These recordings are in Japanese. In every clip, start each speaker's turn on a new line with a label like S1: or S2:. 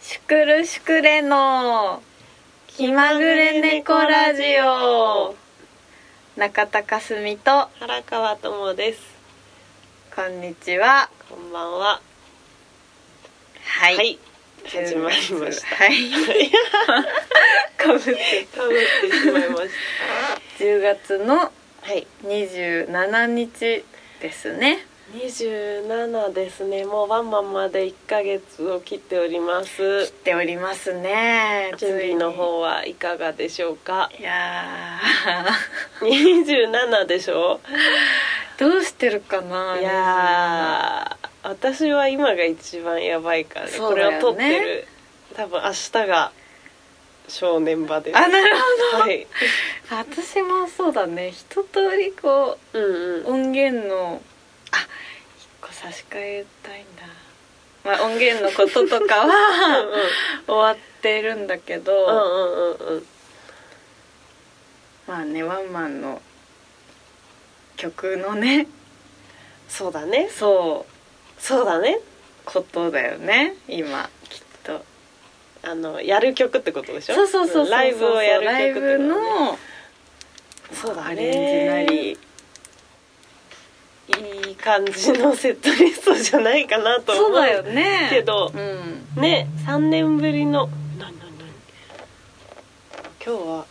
S1: シュクルシュクレの気まぐれ猫ラジオ中田かすみと
S2: 原川智です
S1: こんにちは
S2: こんばんは
S1: は
S2: はい、始まりました
S1: はいかぶって
S2: かぶってしまいまし
S1: 10月の
S2: たはい
S1: 27日ですね
S2: 27ですねもうワンマンまで1ヶ月を切っておりま
S1: 来
S2: す
S1: ておりますね
S2: 準備の方はいかがでしょうか
S1: いや
S2: 27でしょ
S1: ー どうしてるかない
S2: やー私は今が一番やばいから、ね
S1: そ
S2: こ
S1: うだ
S2: れ
S1: よね
S2: を撮ってる多分明日が正念場です
S1: あなるほど
S2: はい
S1: 私もそうだね一通りこ
S2: うんうん
S1: う音源のあ一個差し替えたいんだ、まあ、音源のこととか
S2: うん
S1: は
S2: うん
S1: 終わってるんだけど、
S2: うんうんうんうん
S1: まあねワンマンの曲のね
S2: そうだね
S1: そう
S2: そうだね
S1: ことだよね今きっと
S2: あのやる曲ってことでしょ
S1: そうそうそうそうそう
S2: ライブをやる曲
S1: ライ
S2: っ
S1: ブ
S2: てことだね
S1: の
S2: そうだね
S1: アレンジなり
S2: いい感じのセットリストじゃないかなと思う
S1: そうだよね
S2: けど
S1: うん
S2: ね3年ぶりの何何何今日は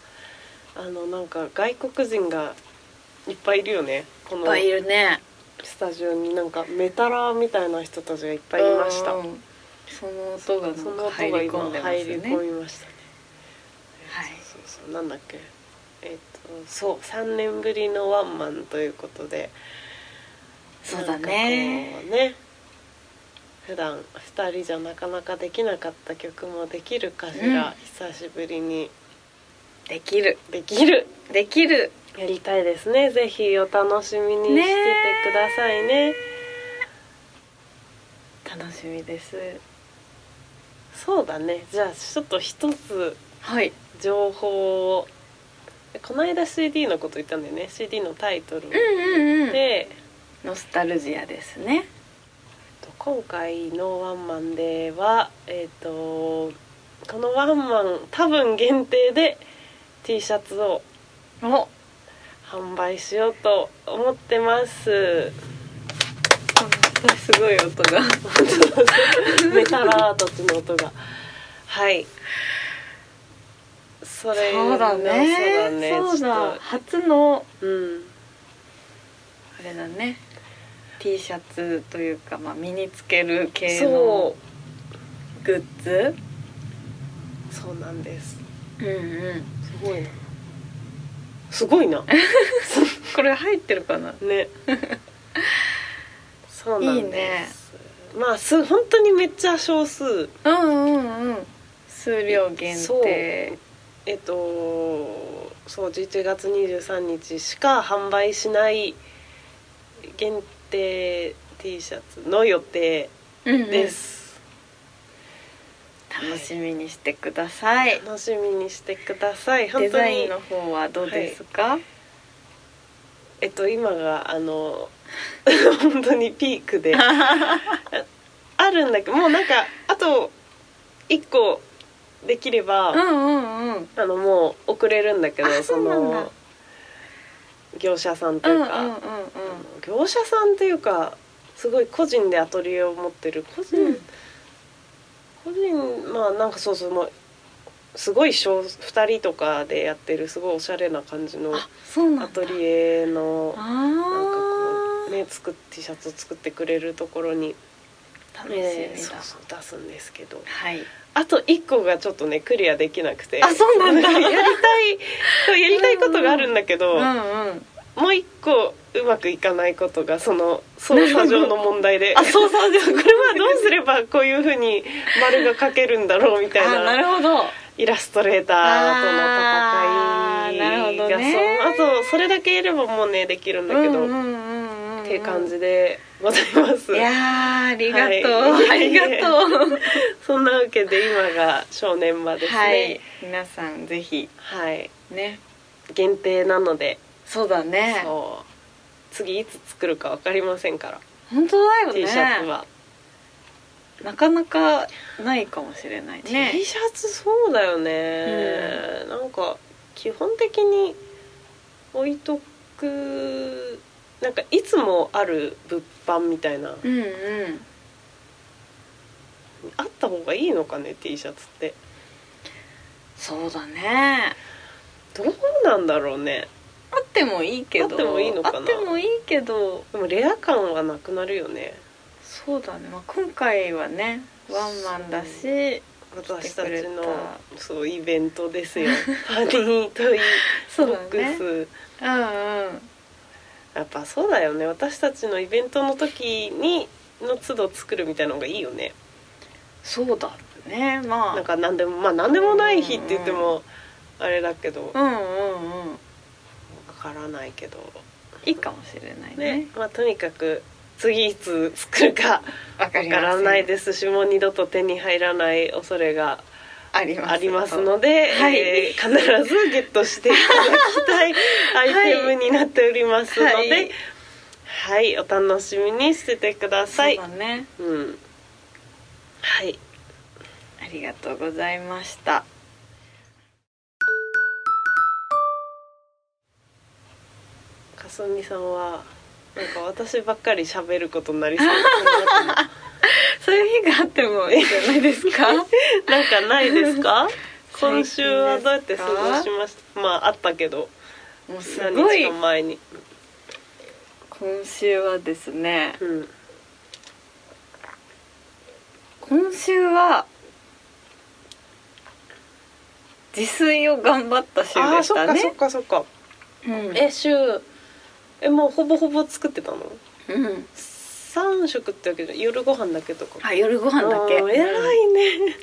S2: あのなんか外国人がいっぱいいるよねこ
S1: いっ
S2: の
S1: ぱいいるね
S2: スタジオになんかメタラーみたいな人たちがいっぱいいました
S1: うんその音がなん
S2: そ
S1: か
S2: の
S1: 入
S2: 音
S1: り
S2: が今
S1: 込んでます
S2: 入り
S1: よね
S2: 込みましたね
S1: はい
S2: そうそうそうなんだっけえっ、とそう3年ぶりのワンマンということで
S1: そうだね
S2: なんかこうね普段2人じゃなかなかできなかった曲もできるかしら、
S1: うん
S2: 久しぶりに
S1: できる
S2: できる
S1: できる
S2: やりたいですねぜひお楽しみにしてて
S1: ね
S2: くださいね
S1: 楽しみです
S2: そうだねじゃあちょっと一つ
S1: はい
S2: 情報をこの間 CD のこと言ったんだよね CD のタイトルを、
S1: うんうんうん
S2: で
S1: ノスタルジアですね
S2: と今回のワンマンではえっ、とこのワンマン多分限定で T シャツを
S1: お
S2: 販売しようと思ってます
S1: すごい音が
S2: メタラーたちの音がはいそれ
S1: そうだね
S2: そうだね
S1: そうだ
S2: ち
S1: 初の
S2: ょっとうん
S1: あれだね T シャツというか、まあ、身につける系の
S2: そ
S1: グッズ
S2: うそうなんです
S1: うんうん
S2: すごいなすごいな
S1: これ入ってるかな
S2: ね そうなんです
S1: いいね
S2: まあす本当にめっちゃ少数
S1: うんうんうん数量限定
S2: えっとそう11月23日しか販売しない限定 T シャツの予定
S1: うんうん
S2: です、
S1: 楽しみにしてください
S2: 楽しみにしてください
S1: デ
S2: 本当
S1: ザイン
S2: に
S1: の方はどうですか、
S2: えっと今があの 本当にピーク であるんだけどもうなんかあと1個できれば、
S1: うんうんうん
S2: あのもう送れるんだけど
S1: あ
S2: そ
S1: そうなんだ
S2: の業者さんと
S1: うん
S2: いううんか、
S1: うんうん
S2: 業者さんというかすごい個人でアトリエを持ってる個人、
S1: うん
S2: 個人まあなんかそうそうもうすごい少2人とかでやってるすごいおしゃれな感じの
S1: あそうな
S2: ア
S1: んだ
S2: トリエの
S1: あ
S2: なんかこ
S1: あ
S2: うね作っ T シャツを作ってくれるところに、
S1: 楽しみだ、
S2: えーそうそう出すんですけど
S1: はい
S2: あと1個がちょっとねクリアできなくて
S1: あそうなんだ
S2: やりたいそうやりたいことがあるんだけど、
S1: うんうん
S2: もう1個うまくいかないことがその操作上の問題で
S1: あそうそうで
S2: これはどうすればこういうふうに丸が描けるんだろうみた
S1: あ
S2: い
S1: な
S2: な
S1: るほど
S2: イラストレーターとの戦いが
S1: あーなるほどね
S2: そうあとそれだけいればもうねできるんだけ
S1: う
S2: ど、
S1: ん
S2: っ
S1: うんうんうん、
S2: ていう感じでございます
S1: いやーありがとう、
S2: はい
S1: ありがとう、
S2: そんなわけで今が正念場です
S1: はい
S2: ね
S1: 皆さんぜひ
S2: はい、
S1: ね
S2: 限定なので、
S1: そうだね
S2: そう次いつ作るか分かりませんから、
S1: 本当だよね
S2: T シャツは
S1: なかなかないかもしれない
S2: T
S1: ね
S2: シャツそうだよね、なんか基本的に置いとくなんかいつもある物販みたいな
S1: うんうん
S2: あった方がいいのかね T シャツって
S1: そうだね
S2: どうなんだろうね
S1: あってもいいけど
S2: あってもいいのかな
S1: あってもいいけど
S2: でもレア感はなくなるよね
S1: そうだね、まあ、今回はねワンマンだし
S2: 私たち
S1: 来てく
S2: の
S1: れ
S2: そうイベントで すよパニートイボ
S1: そう
S2: ッ
S1: だね
S2: クス、
S1: うんうん
S2: やっぱそうだよね私たちのイベントの時にの都度作るみたいなのがいいよね
S1: そうだねまあ
S2: なんか何でもまあ何でもない日って言ってもあれだけどわ
S1: うんうんうん
S2: からないけど
S1: いいかもしれない
S2: ね
S1: ね
S2: まあとにかく次いつ作るか
S1: わか
S2: わ
S1: り
S2: か
S1: ま
S2: ら
S1: せん
S2: ないですしもう二度と手に入らない恐れが
S1: あります
S2: ありますので、
S1: はい
S2: えー必ずゲットしていただきたいアイテムになっておりますので、は
S1: はいい
S2: お楽しみにしててくださ
S1: そう
S2: い。
S1: だね
S2: うん、はい
S1: ありがとうございました
S2: かすみさんはなんか私ばっかり喋ることにな りそうですね
S1: そういう日があってもいいじゃないです か
S2: なんかないです か
S1: 最近
S2: 今
S1: ですか
S2: 週はどうやって過ごしましたまああったけど
S1: もうす
S2: 何
S1: ごい
S2: 日か前に、
S1: 今週はですね
S2: うん、
S1: 今週は自炊を頑張った週
S2: あ
S1: で
S2: あ
S1: し
S2: そったかそ
S1: ね
S2: っかそっか
S1: うん
S2: え週えもうほぼほぼ作ってたの
S1: うん
S2: 三食ってわけじゃない夜ご飯だけとか
S1: あ夜ご飯だけ
S2: うん偉いね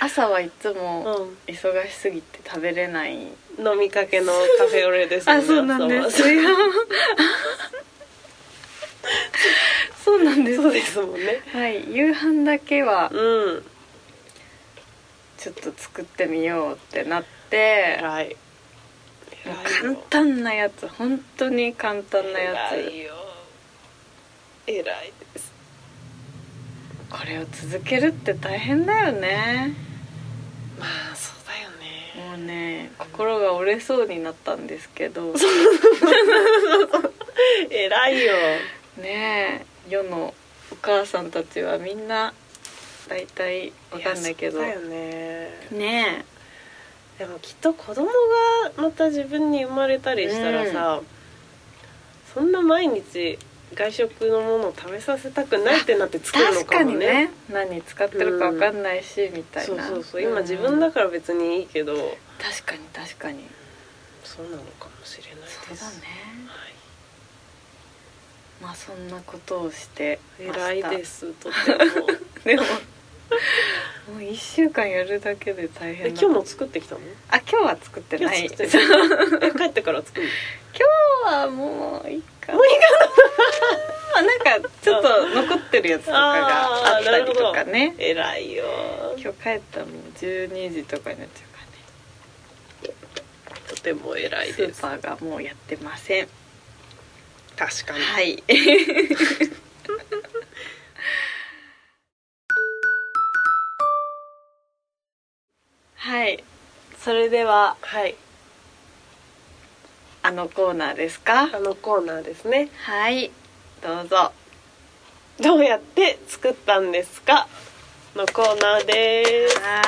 S1: 朝はいつも
S2: う
S1: 忙しすぎて食べれない
S2: ん飲みかけのカフェオレですね
S1: あ、そうなんです
S2: 朝は
S1: よ。そうなんです。
S2: そうですもんね
S1: はい、夕飯だけは
S2: うん
S1: ちょっと作ってみようってなって、
S2: 偉い
S1: もう
S2: 偉い
S1: 簡
S2: よ
S1: 単なやつ、本当に簡単なや
S2: 偉い
S1: つ。
S2: よ偉いです
S1: これを続けるって大変だよね。
S2: まあそうだよね
S1: もうね、心が折れそうになったんですけど、
S2: 偉いよ
S1: ねえ、世のお母さんたちはみんな大体わかんないけど、
S2: やそうだよね
S1: ね
S2: でもきっと子供がまた自分に生まれたりしたらさ、そんな毎日外食のものを食べさせたくないってなって
S1: え、
S2: 作るの
S1: 確
S2: か
S1: か
S2: も
S1: に
S2: ね
S1: ね、何使ってるかわかんないしみたい
S2: そう
S1: な。
S2: そうそう今自分だから別にいいけど、
S1: 確かに確かに
S2: そうなのかもしれないです
S1: そうだね
S2: はい
S1: まあそんなことをしてました
S2: 偉いですとっても
S1: でももう1週間やるだけで大
S2: え
S1: 変
S2: 今
S1: な
S2: 日も作ってきたの
S1: あ今日は作って
S2: 今
S1: な
S2: 日
S1: い
S2: 作って
S1: そう今
S2: きた え帰ってから作るの
S1: 日はもういいか もういいかななんかちょっと残ってるやつとかがあったりとかね
S2: 偉いよ
S1: 今日帰ったらもう12時とかになっちゃうからね
S2: とても偉い
S1: ス
S2: で
S1: ー
S2: す
S1: パーがもうやってません
S2: 確かに
S1: はい はいそれでは
S2: はい
S1: あのコーナーですか
S2: あのコーナーですね
S1: はいどうぞ
S2: どうやって作ったんですかのコーナーです
S1: はい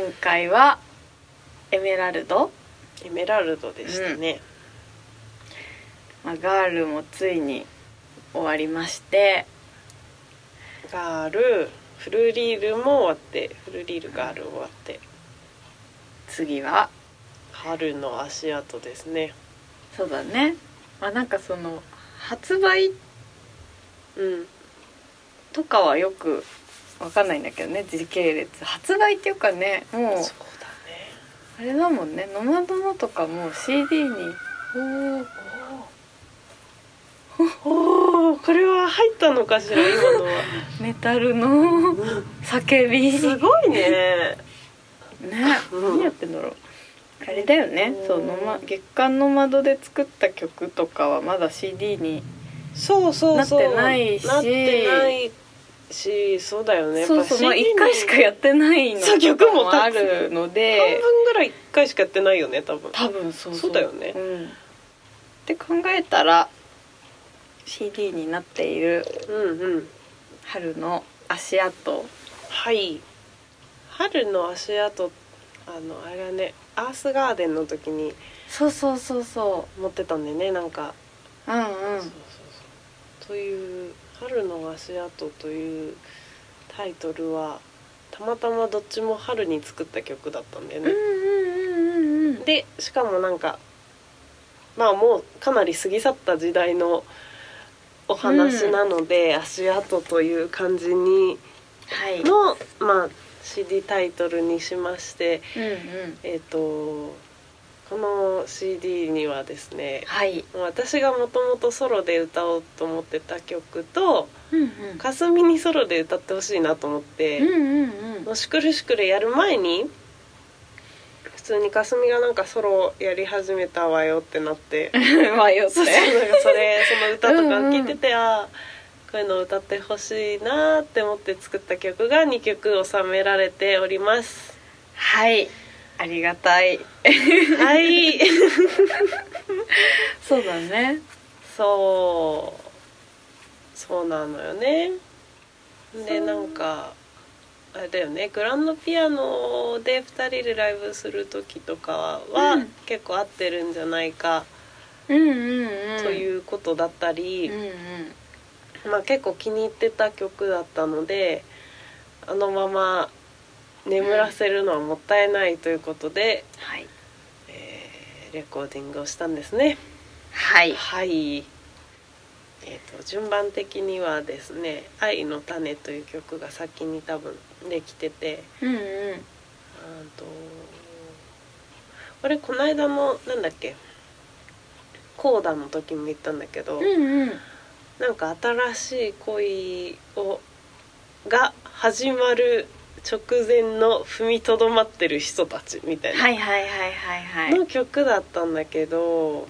S1: 前回はエメラルド、
S2: エメラルドでしたね、
S1: まあ、ガールもついに終わりまして
S2: ガールフルリールも終わってフルリールガール終わって
S1: 次は
S2: 春の足跡ですね
S1: そうだねまあなんかその発売
S2: うん
S1: とかはよくわかんないんだけどね時系列発売っていうかねもう
S2: そうだね
S1: あれだもんね「ノマドの」とかもう CD にお
S2: おおこれは入ったのかしら今のは
S1: メタルの叫び
S2: す
S1: ね
S2: ごいねうん
S1: 何やってんだろうあれだよね
S2: うん
S1: そうの、ま、月刊の窓で作った曲とかはまだ CD に
S2: そうそうそう
S1: なってないし
S2: なってないしそうだよね
S1: そうそう、まあ、1回しかや
S2: っ
S1: ってないの
S2: そう曲も
S1: とかあるの
S2: て
S1: で
S2: 半分ぐらい1回しかやってないよね多分
S1: 多分そう
S2: そうだよね
S1: んって考えたら CD になっている
S2: うんうん
S1: 春の足跡
S2: はい春の足跡あのあれはねアースガーデンの時に
S1: そうそうそうそ
S2: 持ってたんでねなんか、
S1: ううんう
S2: そうそ
S1: ん
S2: うそうという「春の足跡」というタイトルはたまたまどっちも春に作った曲だったんだよ
S1: うん
S2: ね、
S1: うんうんうんうん
S2: でしかもなんかまあもうかなり過ぎ去った時代のお話なので、足跡という感じに
S1: はい
S2: の、まあ、CD タイトルにしまして
S1: うんうん
S2: えっ、とこの CD にはですね
S1: はい
S2: 私がもともとソロで歌おうと思ってた曲と
S1: うんうん
S2: かすみにソロで歌ってほしいなと思って。
S1: うんうんうん
S2: もうしくるしくるやる前に普通にかすみがなんかソロやり始めたわよってなって
S1: 迷っ
S2: そうそう
S1: て
S2: なんかそれその歌とか
S1: うんうん
S2: 聞いててああこういうの歌ってほしいなーって思って作った曲が2曲収められてお ります
S1: はいありがたい
S2: はい
S1: そうだね
S2: そうそうなのよねで
S1: そう
S2: なんかあれだよねグランドピアノで2人でライブする時とかは、
S1: うん
S2: 結構合ってるんじゃないか
S1: うんうんうん
S2: ということだったり、
S1: うんうん
S2: まあ、結構気に入ってた曲だったのであのまま眠らせるのはもったいないということで、
S1: はい
S2: えーレコーディングをしたんですね。
S1: はい
S2: はい、えー、と順番的にはですね「愛の種」という曲が先に多分できてて
S1: うんうん
S2: あと俺この間のなんだっけコーダの時も言ったんだけど、
S1: うんうん
S2: なんか新しい恋をが始まる直前の踏みとどまってる人たちみたいな
S1: はいはいはいはいはい
S2: の曲だったんだけど、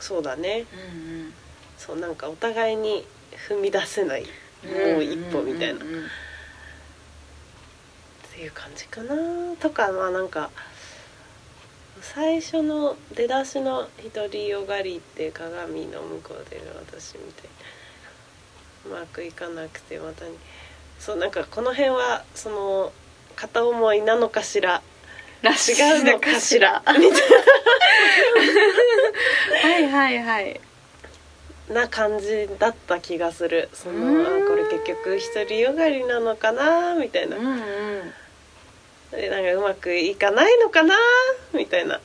S2: そうだね
S1: うん
S2: そうなんかお互いに踏み出せない
S1: う
S2: も
S1: ん
S2: う一歩みたいな、
S1: うんうんうん
S2: っていう感じかなとかまあなんか最初の出だしの「独りよがり」って鏡の向こうでいる私みたいなうまくいかなくてまたにそうなんかこの辺はその片思いなのかしら
S1: らしい
S2: 違うのかしらみたい
S1: はいはいはい
S2: な感じだった気がするその
S1: うーん
S2: あこれ結局独りよがりなのかなみたいうなん
S1: うんうん
S2: でなんかうまくいかないのかなみたいな
S1: うん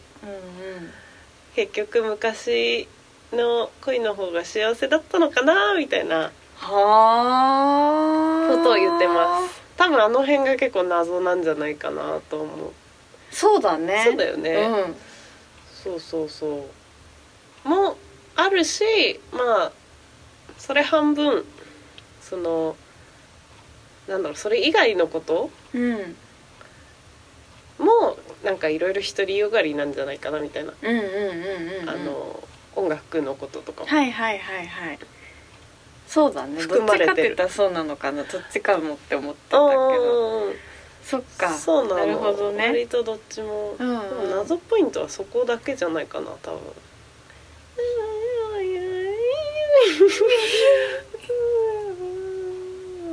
S2: 結局昔の恋の方が幸せだったのかなみたいな
S1: はあ
S2: ことを言ってます多分あの辺が結構謎なんじゃないかなと思う、
S1: そうだね
S2: そうだよね、
S1: うん
S2: そうそうそうもあるしまあそれ半分そのなんだろうそれ以外のこと
S1: うん
S2: もなんかいろいろ独りよがりなんじゃないかなみたいな、
S1: うんうんうんうんうん
S2: あの音楽のこととかも
S1: はいはいはいはいそうだね
S2: 含まれてる
S1: どっちかって言ったらそうなのかなどっちかもって思ってたけ
S2: うん
S1: ど
S2: うんうん
S1: そっか
S2: そうなの
S1: るほどね
S2: 割とどっちも、
S1: うんうん
S2: でも謎ポイントはそこだけじゃないかな 多分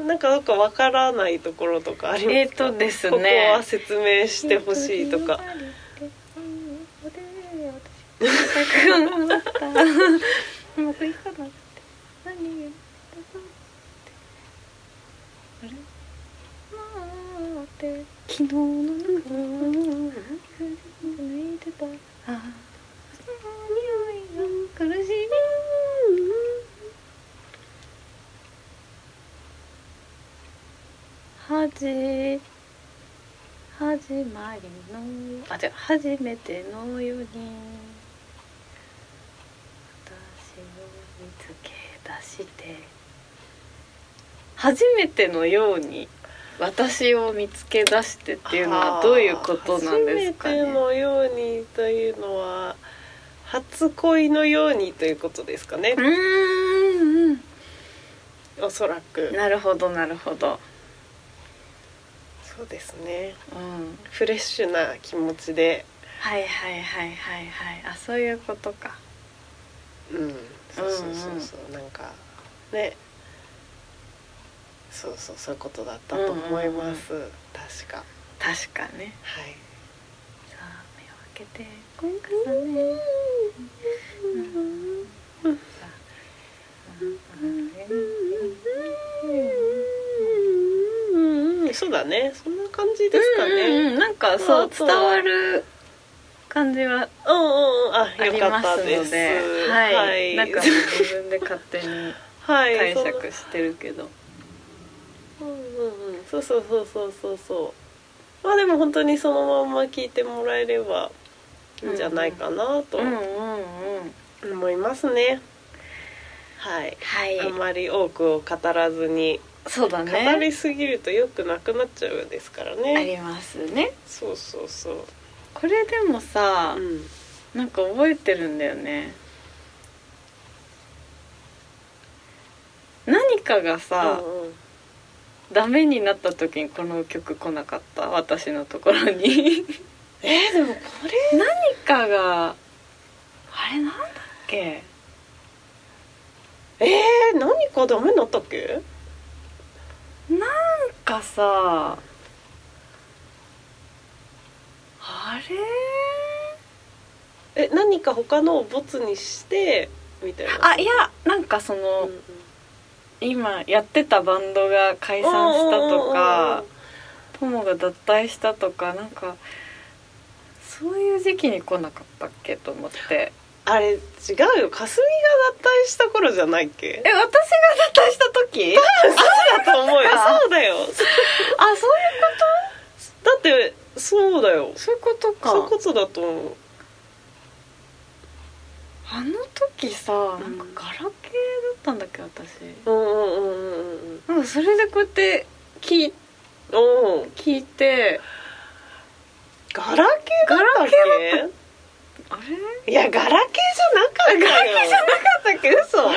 S2: なんかなんかわからないところとかありますか
S1: えーとですね
S2: ここは説明してほしいとか
S1: うまくいかなくて何があれ待って昨日の
S2: うん
S1: 泣いてたああ匂いが苦しいはじ始まりのあ違う初めての夜に私を見つけ出して初めてのように私を見つけ出してっていうのはどういうことなんですかね
S2: 初めてのようにというのは初恋のようにということですかね
S1: う、ーん
S2: おそらく
S1: なるほどなるほど
S2: そうですね
S1: うん
S2: フレッシュな気持ちで
S1: はいはいはいはいはいあそういうことか
S2: うんそうそうそうそう、なんかねそうそうそういうことだったと思います、確か
S1: 確かね
S2: はい
S1: さあ目を開けて今回ねさあうん
S2: うんそうだねそんな感じですかね、
S1: うんうんなんかそう
S2: あと
S1: 伝
S2: は
S1: わる感じは
S2: うんうんうん、あ、
S1: あり
S2: よか
S1: ま
S2: っ
S1: す
S2: た
S1: の
S2: です。
S1: ではい、なんかもう自分で勝手に
S2: はい、
S1: 解
S2: そんな
S1: 釈してるけど
S2: うんうんうん、そうそうそうそうそうそう。まあでも本当にそのまんま聞いてもらえればいいんじゃないかなと
S1: うんうんうん
S2: 思いますね。はい。
S1: はい
S2: あんまり多くを語らずに、
S1: そうだ
S2: 語り
S1: ね
S2: すぎると良くなくなっちゃうんですから
S1: あ
S2: ね。
S1: りますね
S2: そうそうそう。
S1: これでもさ、
S2: うん。
S1: なんか覚えてるんだよね何かがさ、
S2: うんうん
S1: ダメになった時にこの曲来なかった私のところに
S2: えーでもこれ
S1: 何かがあれなんだっけ
S2: えー、何かダメになったっけ？
S1: なんかさあれ
S2: え何か他のをボツにしてみたいな
S1: あいやなんかその、
S2: うんうん
S1: 今やってたバンドが解散したとか友が脱退したとかなんかそういう時期に来なかったっけと思って
S2: あれ違うよかすみが脱退した頃じゃないっけ
S1: え私が脱退した 時
S2: だと思うよそうだよ
S1: あそう
S2: だってそうだよ
S1: いうそういうことか
S2: そういうことだと思う
S1: あの時さなんかガラケーだったんだっけ私
S2: うんうんうんうんうん
S1: なんかそれでこうやって聞い
S2: おー
S1: 聞いて
S2: ガラケーだったっ
S1: ガ
S2: け
S1: あれ
S2: いやガラケーじゃなかったよガラケーじゃなか
S1: だっけ嘘ガラ
S2: っ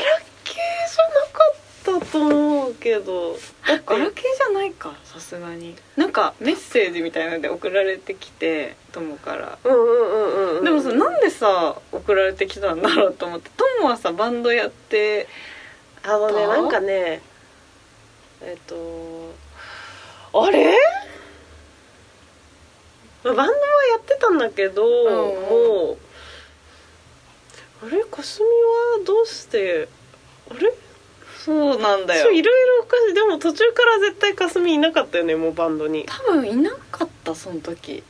S2: たと思うけどだって
S1: ガラケーじゃないかさすがになんかメッセージみたいなので送られてきて友から
S2: うんうんうんうん
S1: でもさ
S2: の
S1: なんでさ送られてきたんだろうと思ってトモはさバンドやって
S2: あのね
S1: どう
S2: なんかねえっとあれまあバンドはやってたんだけど、
S1: ん
S2: もうあれかすみはどうしてあれ
S1: そうなんだ
S2: そういろいろおかしいでも途中から絶対かすみいなかったよねもうバンドに
S1: 多分いなかったその時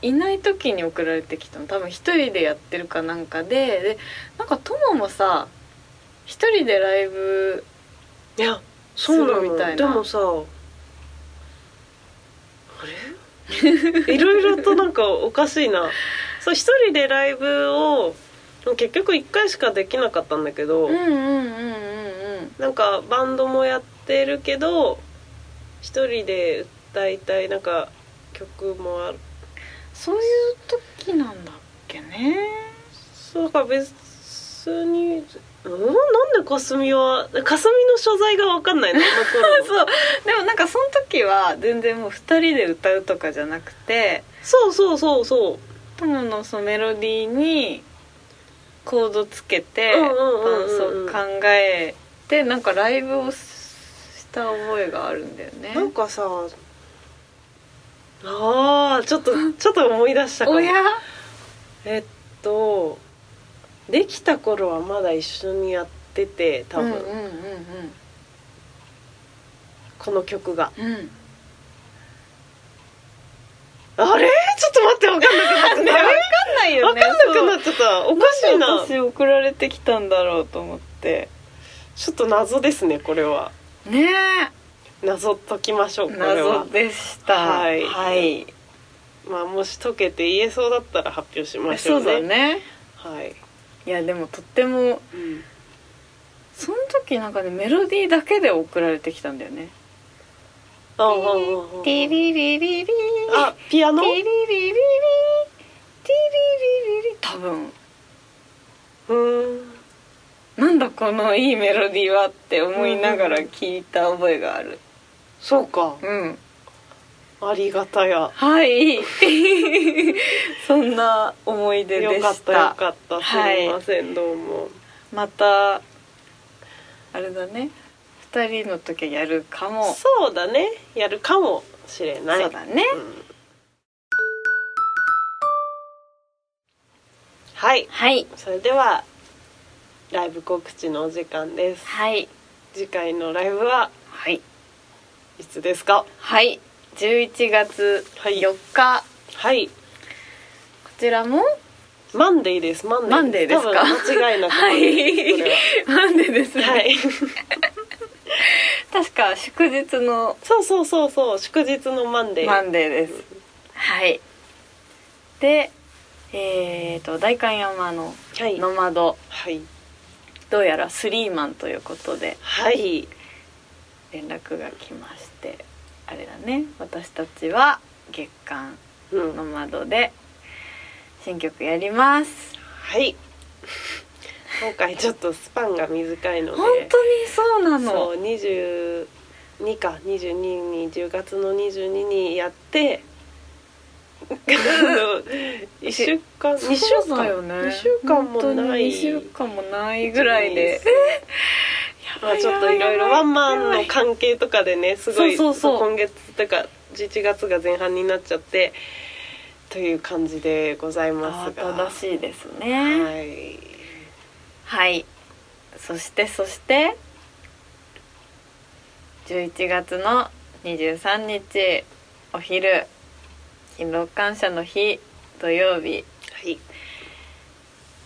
S1: いない時に送られてきたの多分一人でやってるかなんかででなんかトモもさ一人でライブ
S2: いやそうなの
S1: そうみたいな
S2: でもさあ れいろいろとなんかおかしいなそう一人でライブを結局1回しかできなかったんだけど、
S1: うんうんうんうんうん
S2: なんかバンドもやってるけど一人で歌いたいなんか曲もある
S1: そういう時なんだっけね
S2: そうだから別にうんなんでかすみはかすみの所在が分かんな いのあの頃
S1: そうでもなんかその時は全然もう二人で歌うとかじゃなくて
S2: そうそうそうそう
S1: トモのそのメロディーにコードつけて
S2: う
S1: 伴
S2: んうんうんうんうん
S1: 奏考えてなんかライブをした覚えがあるんだよね。
S2: なんかさあーちょっ とちょっと思い出したかも
S1: おや
S2: えっとできた頃はまだ一緒にやってて多分、
S1: うんうん
S2: この曲が
S1: うんうん
S2: あれちょっと待って分かんなくなったね
S1: わかんないよ
S2: 分
S1: ね。
S2: かんなくなっちゃったおかしい
S1: そう
S2: なん
S1: で私送られてきたんだろうと思って。
S2: ちょっと謎ですねこれは
S1: ね
S2: 謎解きましょう
S1: え
S2: これ
S1: 謎
S2: は
S1: でした。
S2: はい
S1: はい、
S2: まあもし解けて言えそうだったら発表しましょ
S1: そううだ
S2: ね
S1: ね。
S2: はい、
S1: いやでもとっても
S2: うん
S1: その時なんかねメロディーだけで送られてきたんだよね。
S2: ああああ
S1: ティリリリリ
S2: あああピア
S1: テ
S2: ノ
S1: ィリリリリティリリリリ多分
S2: うん
S1: なんだこのいいメロディーはって思いながら聞いた覚えがある
S2: そうか
S1: うん
S2: ありがたや
S1: はいそんな思い出で
S2: よかっ
S1: した
S2: たよかったす
S1: はい
S2: みません、どうも
S1: またあれだね2人の時はやるかも
S2: そうだねやるかもしれない
S1: そうだね
S2: うんはい
S1: はい
S2: それではライブ告知のお時間です
S1: はい
S2: 次回のライブは
S1: はい
S2: いつですか
S1: はい11月
S2: はい
S1: 4日、
S2: はい
S1: こちらも
S2: マンデーですマンデー
S1: マンデーですか
S2: 多分間違いなくマ
S1: は
S2: ンデーですこれ
S1: いなんでですね、
S2: は はい
S1: 確か祝日の
S2: そうそうそうそう祝日のマンデー
S1: マンデーですはいでえー、と代官山の
S2: はい
S1: ノマド
S2: はい
S1: どうやらスリーマンということで
S2: はい
S1: 連絡が来ましてあれだね私たちは月間
S2: う
S1: の
S2: ん
S1: 窓で新曲やります
S2: はい今回ちょっとスパンが短いので
S1: 本当にそうなの
S2: そう22か22に10月の22にやって 1週間2週
S1: そうだよ
S2: 間、
S1: ね
S2: 二週間もない
S1: 2週間もないぐらいで
S2: まあ、ちょっといろいろワンマンの関係とかでねすごい
S1: そうそうそう
S2: 今月とか11月が前半になっちゃってという感じでございますが
S1: 正しいですねはい、
S2: はい
S1: そしてそして11月の23日お昼勤労感謝の日土曜日
S2: はい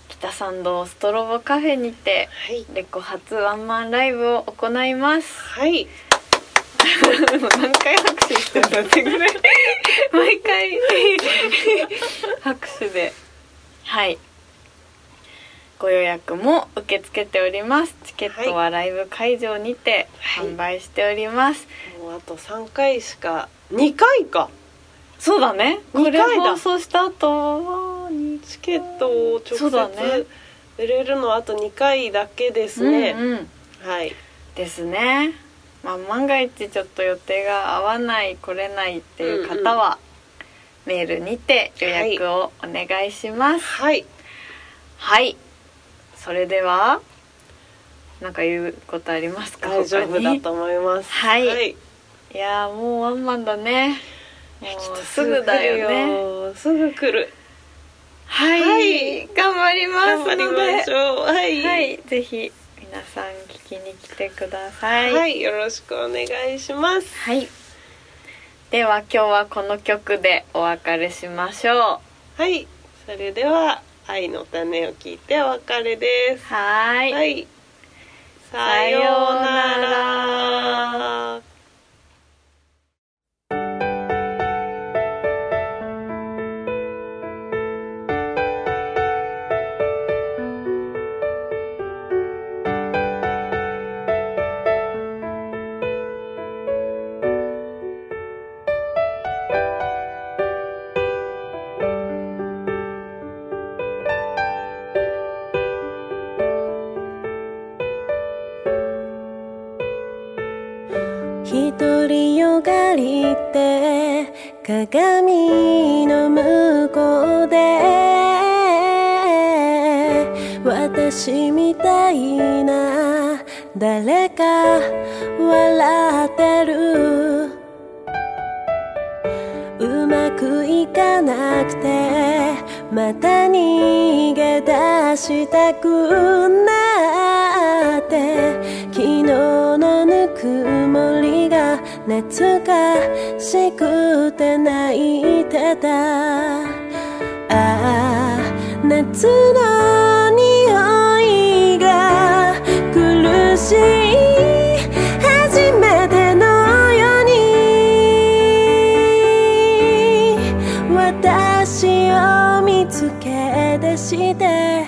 S1: 北参道ストロボカフェにて
S2: はい
S1: レコ初ワンマンライブを行います
S2: はい
S1: もう何回拍手してんだってぐらい毎回拍手ではいご予約も受け付けておりますチケットはライブ会場にて
S2: はい
S1: 販売しております、
S2: もうあと3回しか2回か
S1: そうだねこ
S2: 二
S1: れ
S2: 回だ
S1: 放送した後に
S2: チケットを直
S1: そうだ
S2: 接
S1: ね
S2: 売れるのはあと2回だけですね、
S1: うんうん
S2: はい
S1: ですね、まあ、万が一ちょっと予定が合わない来れないっていう方は、メールにて予約をお願いします
S2: はい
S1: はい。それでは、なんか言うことありますか
S2: 大丈夫だと思います
S1: はい他にいやーもうワンマンだね。も
S2: ちょっ
S1: う
S2: と
S1: すぐだよね。
S2: すぐ来る
S1: はい、
S2: はい
S1: 頑張ります
S2: 頑
S1: の
S2: 張りまし
S1: で。
S2: ょうはい、
S1: はい。ぜひ、皆さん聞きに来てください。
S2: はいよろしくお願いします
S1: はいでは今日はこの曲でお別れしましょ
S2: はいそれでは愛の種を聞いてお別れで
S1: う。
S2: す
S1: はーい。
S2: はいさ
S1: さ
S2: よ
S1: よ
S2: う
S1: うな
S2: なら
S3: 独りよがりって鏡の向こうで私みたいな誰か笑ってるうまくいかなくてまた逃げ出したくなって昨日のぬくもりが懐かしくて泣いてたああ夏の匂いが苦しい初めてのように私を見つけ出して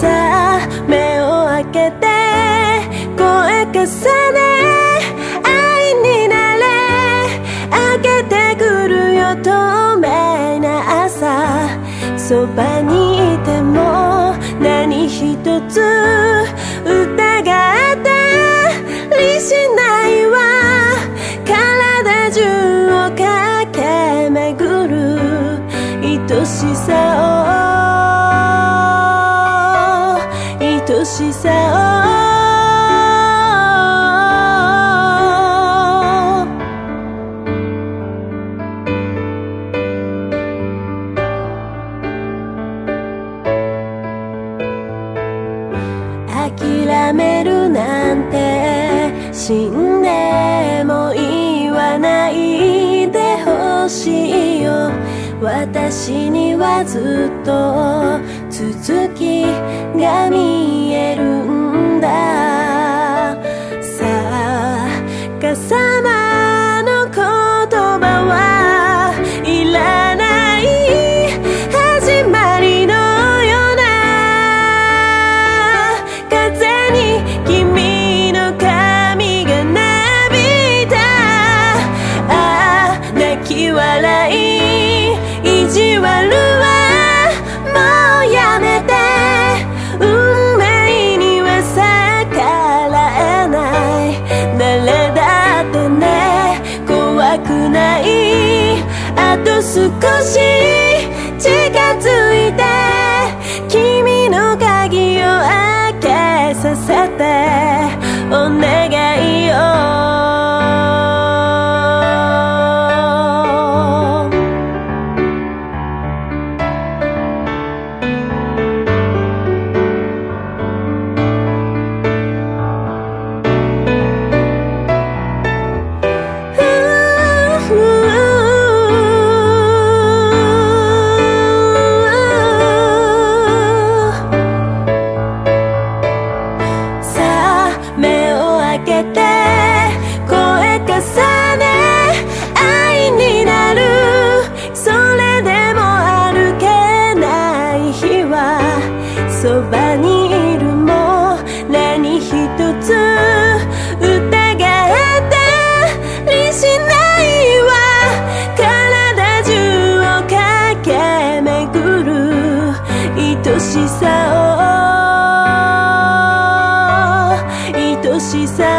S3: さあ目を開けて声重ね愛になれ開けてくるよ透明な朝そばにいても何一ず疑ったりしないわ体中を駆け巡る愛しさを愛しさを諦めるなんて死んでも言わないでほしいよ私にはずっと続きが見えるんださあかさまの言葉はいらない始まりのような風に君の髪がなびいたああ泣き笑い意地悪はもうやめて運命には逆らえない誰だってね怖くないあと少し近づいて君の鍵を開けさせてお願いよさあ目を開けて声重ね愛になるそれでも歩けない日はそばにいるも何一つ疑ったりしないわ体中を駆け巡る愛しさを愛しさ